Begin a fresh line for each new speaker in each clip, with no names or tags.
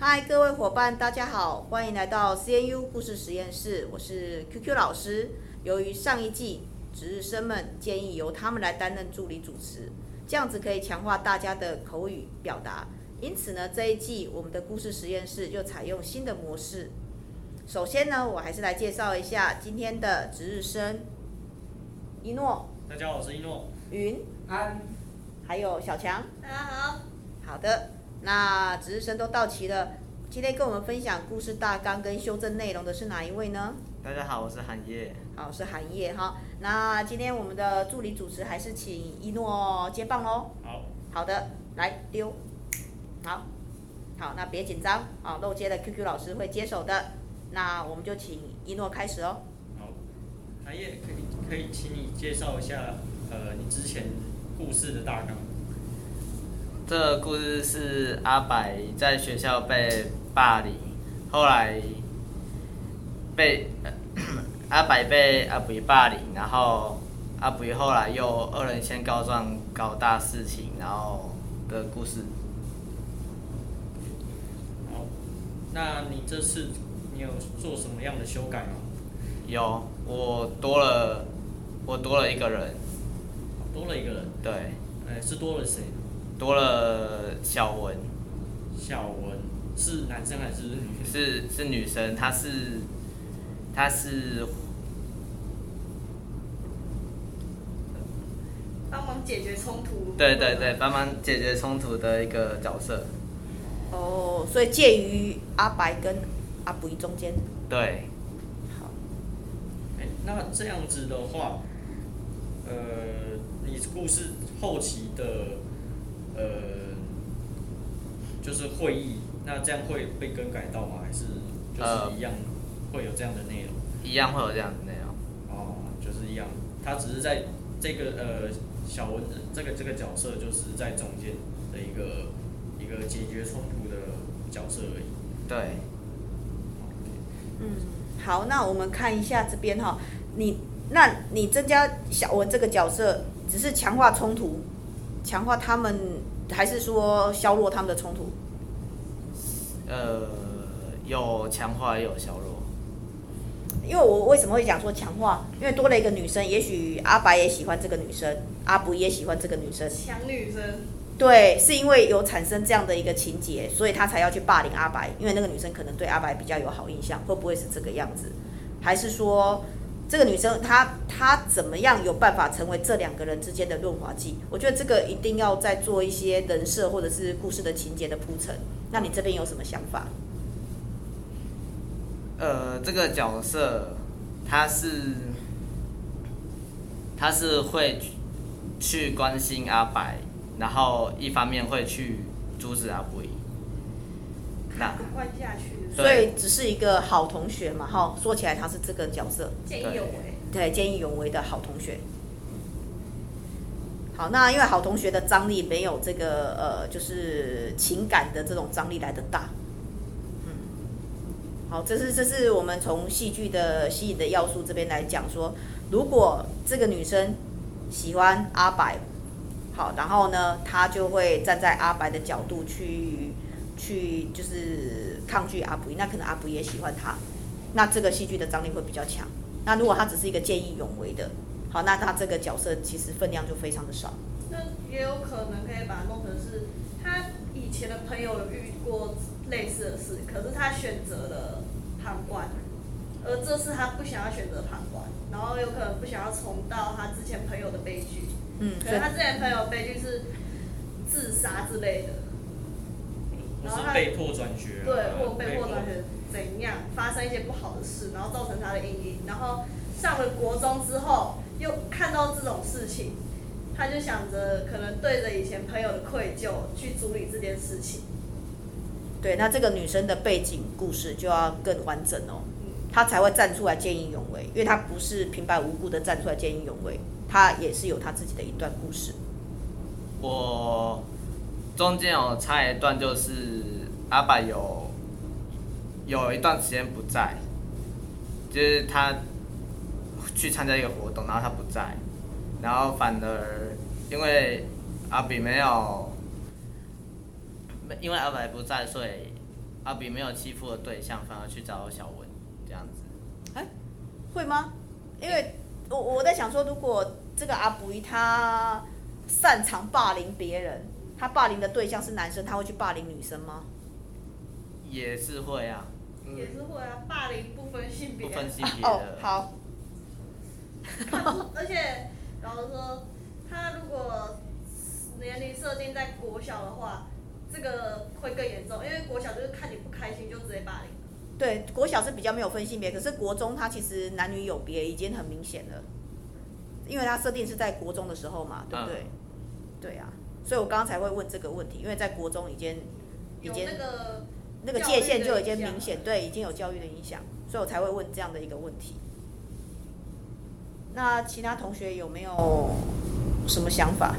嗨，各位伙伴，大家好，欢迎来到 CNU 故事实验室，我是 QQ 老师。由于上一季值日生们建议由他们来担任助理主持，这样子可以强化大家的口语表达，因此呢，这一季我们的故事实验室就采用新的模式。首先呢，我还是来介绍一下今天的值日生：一诺、
大家好，我是一诺。
云，
安，
还有小强。
大家好，
好的，那值日生都到齐了。今天跟我们分享故事大纲跟修正内容的是哪一位呢？
大家好，我是韩烨。
好，是韩烨哈。那今天我们的助理主持还是请一诺接棒喽。
好，
好的，来丢。好，好，那别紧张啊，漏接的 QQ 老师会接手的。那我们就请一诺开始哦。
好，韩烨可以可以请你介绍一下，呃，你之前故事的大纲。
这故事是阿白在学校被霸凌，后来被、呃 阿白被阿布霸凌，然后阿布后来又二人先告状搞大事情，然后的故事。
好，那你这次你有做什么样的修改吗？
有我多了，我多了一个人，
多了一个人，
对，
呃，是多了谁？
多了小文，
小文是男生还是女生？
是是女生，她是她是
帮忙解决冲突。
对对对，帮忙解决冲突的一个角色，
哦，所以介于阿白跟阿布中间。
对。
好，
哎，那这样子的话，呃，你故事后期的，呃，就是会议，那这样会被更改到吗？还是就是一样会有这样的内容？
一样会有这样的内容。
哦，就是一样，他只是在这个呃小文这个这个角色就是在中间的一个一个解决冲突的角色而已。哦
对，
嗯，好，那我们看一下这边哈、你那你增加小文这个角色，只是强化冲突，强化他们，还是说削弱他们的冲突？
呃，有强化也有削弱。
因为我为什么会讲说强化？因为多了一个女生，也许阿白也喜欢这个女生，阿布也喜欢这个女生。
强女生，
对，是因为有产生这样的一个情节，所以他才要去霸凌阿白，因为那个女生可能对阿白比较有好印象，会不会是这个样子？还是说这个女生她她怎么样有办法成为这两个人之间的润滑剂？我觉得这个一定要再做一些人设或者是故事的情节的铺陈。那你这边有什么想法？
呃，这个角色他是他是会去去关心阿白，然后一方面会去阻止阿布依。那
赶快下去。
对
所以只是一个好同学嘛，哈，说起来他是这个角色，
见义勇为，
对，见义勇为的好同学。好，那因为好同学的张力没有这个呃，就是情感的这种张力来的大。嗯，好，这是这是我们从戏剧的吸引的要素这边来讲说，如果这个女生喜欢阿白，好，然后呢，她就会站在阿白的角度去去就是抗拒阿布，那可能阿布也喜欢她，那这个戏剧的张力会比较强。那如果他只是一个见义勇为的，好，那他这个角色其实分量就非常的少。
那也有可能可以把它弄成是他以前的朋友有遇过类似的事，可是他选择了旁观，而这次他不想要选择旁观，然后有可能不想要重蹈他之前朋友的悲剧。
嗯，
可
所以
能他之前朋友悲剧是自杀之类的，
或
然后
是
他
被迫转学啊、
对，或被迫
迫
转学怎样发生一些不好的事，然后造成他的阴影，然后上了国中之后又看到这种事情，他就想着可能对着以前朋友的愧疚去处理这件事情。
对，那这个女生的背景故事就要更完整哦，她才会站出来见义勇为，因为她不是平白无故的站出来见义勇为，她也是有她自己的一段故事。
我中间有插一段，就是阿爸有有一段时间不在，就是他去参加一个活动，然后他不在，然后反而因为阿比没有，因为阿白不在，所以阿比没有欺负的对象，反而去找小文这样子。
哎、会吗？因为我我在想说，如果这个阿布他擅长霸凌别人，他霸凌的对象是男生，他会去霸凌女生吗？
也是会啊，
也是会啊，霸凌不分性别
不。分性别
哦
的。，
好，
他不而且，然后说他如果年龄设定在国小的话，这个会更严重，因为国小就是看你不开心就直接霸凌。
对，国小是比较没有分性别，可是国中它其实男女有别已经很明显了，因为它设定是在国中的时候嘛，对不对？对啊，所以我刚刚才会问这个问题，因为在国中已经已
有
经
那个
那个界限就已经明
教育的影响
显，对，已经有教育的影响，所以我才会问这样的一个问题。那其他同学有没有什么想法，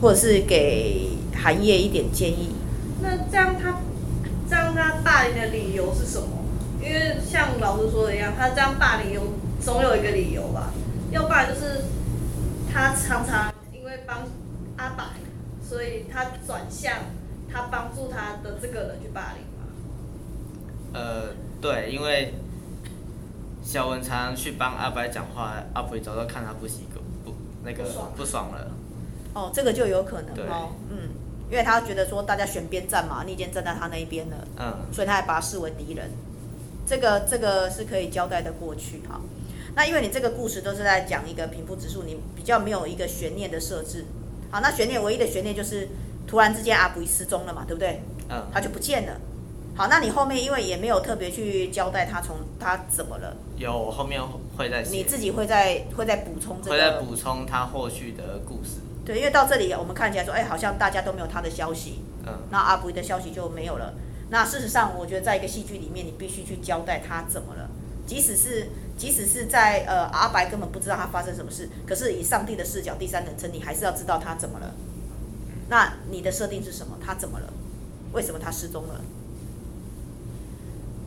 或者是给韩业一点建议？
那这样他这样他霸凌的理由是什么？因为像老师说的一样，他这样霸凌有总有一个理由吧，要不然就是他常常因为帮阿白，所以他转向他帮助他的这个人去霸凌嘛。
呃，对，因为小文常常去帮阿白讲话，阿白早就看他不习惯，不那个
不爽
不爽了。
哦，这个就有可能
对
哦，嗯，因为他觉得说大家选边站嘛，你已经站在他那一边了，
嗯，
所以他还把他视为敌人，这个这个是可以交代的过去哈。那因为你这个故事都是在讲一个贫富指数，你比较没有一个悬念的设置。好，那悬念唯一的悬念就是突然之间阿布失踪了嘛，对不对？
嗯，
他就不见了。好，那你后面因为也没有特别去交代他从他怎么了，
有我后面会再写
你自己会再会再补充这个
会再补充他后续的故事。
对，因为到这里我们看起来说，哎，好像大家都没有他的消息，
嗯，
那阿布的消息就没有了。那事实上，我觉得在一个戏剧里面，你必须去交代他怎么了，即使是即使是在呃阿白根本不知道他发生什么事，可是以上帝的视角，第三人称，你还是要知道他怎么了。那你的设定是什么？他怎么了？为什么他失踪了？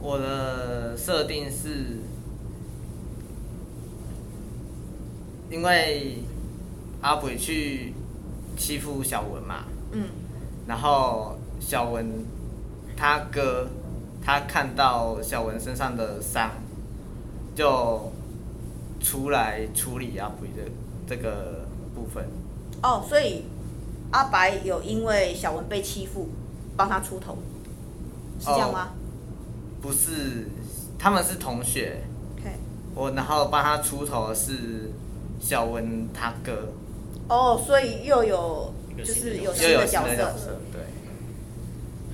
我的设定是，因为阿北去欺负小文嘛，
嗯，
然后小文他哥他看到小文身上的伤，就出来处理阿北的这个部分。
哦，所以阿白有因为小文被欺负，帮他出头，是这样吗、
哦不是，他们是同学。
o k
我然后帮他出头的是小文他哥，
哦，所以又有就是有
又
新
有
的
新
角
的
色
角。色，对，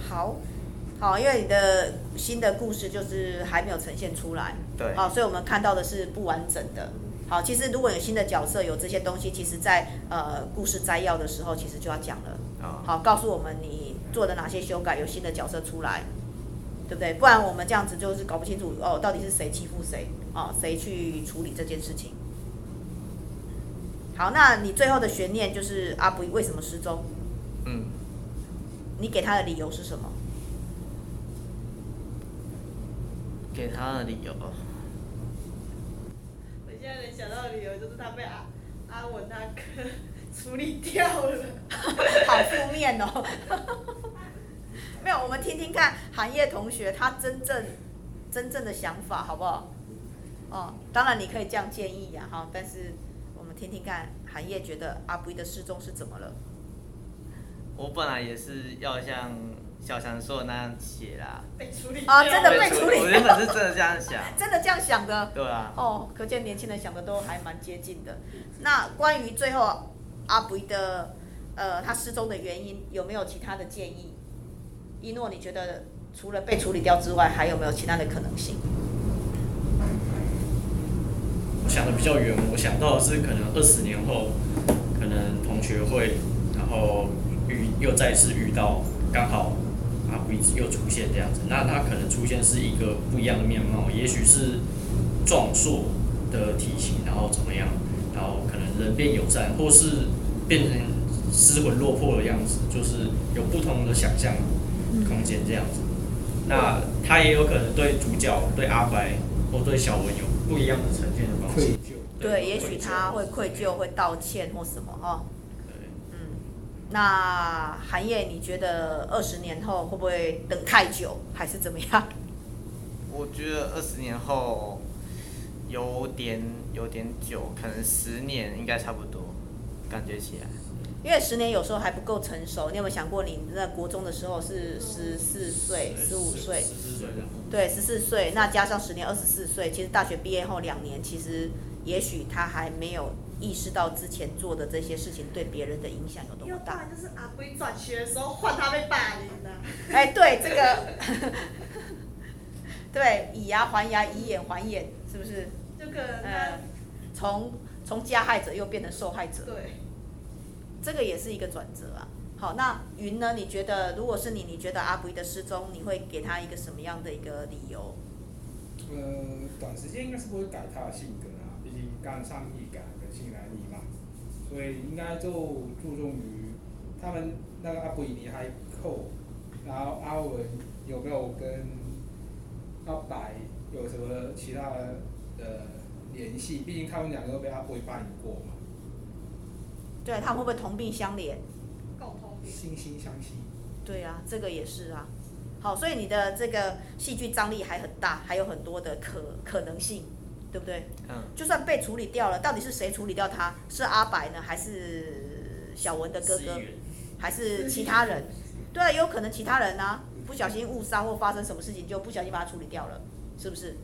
好，好，因为你的新的故事就是还没有呈现出来，
对
好，所以我们看到的是不完整的。好，其实如果有新的角色，有这些东西，其实在呃故事摘要的时候，其实就要讲了。
啊、
好，告诉我们你做的哪些修改，有新的角色出来，对不对？不然我们这样子就是搞不清楚哦，到底是谁欺负谁哦，谁去处理这件事情。好，那你最后的悬念就是阿布为什么失踪？
嗯，
你给他的理由是什么？
给他的理由，
我现在能想到的理由就是他被阿阿文那个处理掉 了。
好负面哦。 没有，我们听听看韩业同学他真正真正的想法好不好？哦，当然你可以这样建议呀、哈，但是我们听听看韩业觉得阿布的失踪是怎么了？
我本来也是要像小强说的那样写啦，
被处理掉
啊真的被
了
处理
我原本是真的这样想，
真的这样想的？
对啊，
哦，可见年轻人想的都还蛮接近的。那关于最后阿布的呃他失踪的原因，有没有其他的建议？一诺，你觉得除了被处理掉之外，还有没有其他的可能性？
我想的比较远，我想到的是可能二十年后，可能同学会，然后遇又再次遇到，刚好阿布又出现这样子，那他可能出现是一个不一样的面貌，也许是壮硕的体型，然后怎么样，然后可能人变友善，或是变成失魂落魄的样子，就是有不同的想象
嗯
空间这样子。那他也有可能对主角、对阿白或对小文有不一样的呈现的方式。
疚。
对，也许他会愧疚，
会
会道歉或什么哈、哦。
对
嗯，那韩烨，你觉得二十年后会不会等太久，还是怎么样？
我觉得二十年后有点有点久，可能十年应该差不多，感觉起来。
因为十年有时候还不够成熟，你有没有想过，你在国中的时候是十四岁、十五岁，
十四岁这样
对，十四岁，那加上十年，二十四岁。其实大学毕业后两年，其实也许他还没有意识到之前做的这些事情对别人的影响有多
要
么
不
大
然。就是阿龟转学的时候换他被霸凌啊的、
哎，对这个， 对以牙还牙，以眼还眼，是不是？
就可能他
呃，从从加害者又变成受害者，
对，
这个也是一个转折啊。好，那云呢？你觉得如果是你，你觉得阿布的失踪，你会给他一个什么样的一个理由？
呃，短时间应该是不会改他的性格啊，毕竟刚上一改人性难移嘛，所以应该就注重于他们那个阿布尼还扣，然后阿文有没有跟阿白有什么其他的呃联系？毕竟他们两个都被阿布霸凌过嘛，
对啊他们会不会同病相怜？
共同点。
惺惺相惜。
对啊，这个也是啊。好，所以你的这个戏剧张力还很大，还有很多的可可能性，对不对？
嗯，
就算被处理掉了，到底是谁处理掉他？是阿白呢，还是小文的哥
司
哥
议，员
还是其他人？对啊，也有可能其他人啊，不小心误杀或发生什么事情，就不小心把他处理掉了，是不是？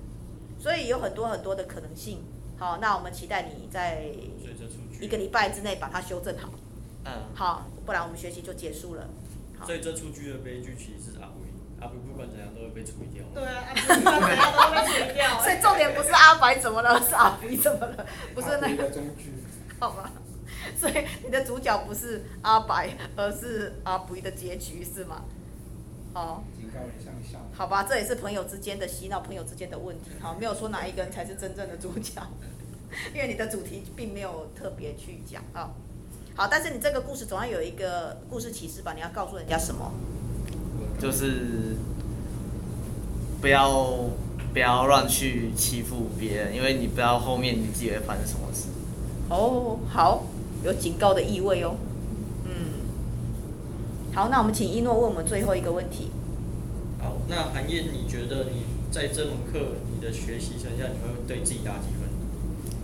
所以有很多很多的可能性。好，那我们期待你在
所以这出剧
一个礼拜之内把它修正好，
嗯，
好，不然我们学习就结束了。好
所以这出剧的悲剧其实是阿辉，阿辉不管怎样都会被处理掉。
对啊，阿龟转学都被毁掉、
所
欸
以。重点不是阿白怎么了，是阿肥怎么了，不是
阿
那
布
个
的中居，
好吧？所以你的主角不是阿白，而是阿肥的结局是吗？哦，
警告人向下。
好吧，这也是朋友之间的洗脑，朋友之间的问题，好，没有说哪一个人才是真正的主角， 因为你的主题并没有特别去讲啊、好，但是你这个故事总要有一个故事启示吧？你要告诉人家什么？
就是不要不要乱去欺负别人，因为你不知道后面你自己会发生什么事。
哦，好，有警告的意味哦。嗯，好，那我们请一诺问我们最后一个问题。
好，那韩燕，你觉得你在这门课你的学习成效，你会对自己打几分？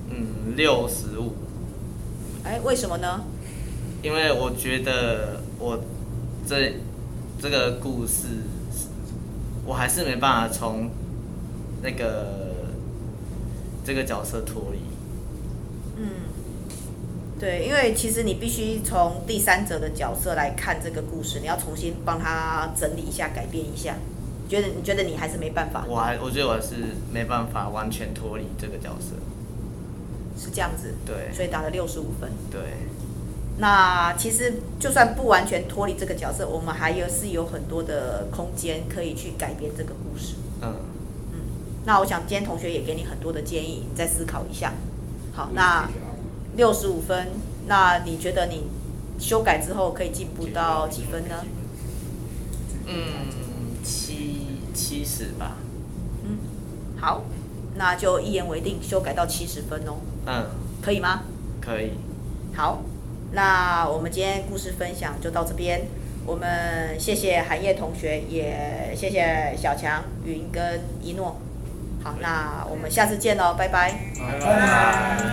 嗯，六十五，
哎，为什么呢？
因为我觉得我这这个故事，我还是没办法从那个这个角色脱离。
嗯，对，因为其实你必须从第三者的角色来看这个故事，你要重新帮他整理一下、改变一下。觉得你觉得你还是没办法，
我还我觉得我是没办法完全脱离这个角色。
是这样子，
对
所以打了六十五分。
对，
那其实就算不完全脱离这个角色，我们还有是有很多的空间可以去改变这个故事。
嗯，
嗯，那我想今天同学也给你很多的建议，你再思考一下。好，
对
那
谢谢阿布
六十五分，那你觉得你修改之后可以进步到几分呢？
嗯，七七十吧。
嗯，好，那就一言为定，修改到七十分哦，
嗯，
可以吗？
可以。
好，那我们今天故事分享就到这边。我们谢谢韩叶同学，也谢谢小强、云跟一诺。好，那我们下次见喽，拜拜。
拜
拜拜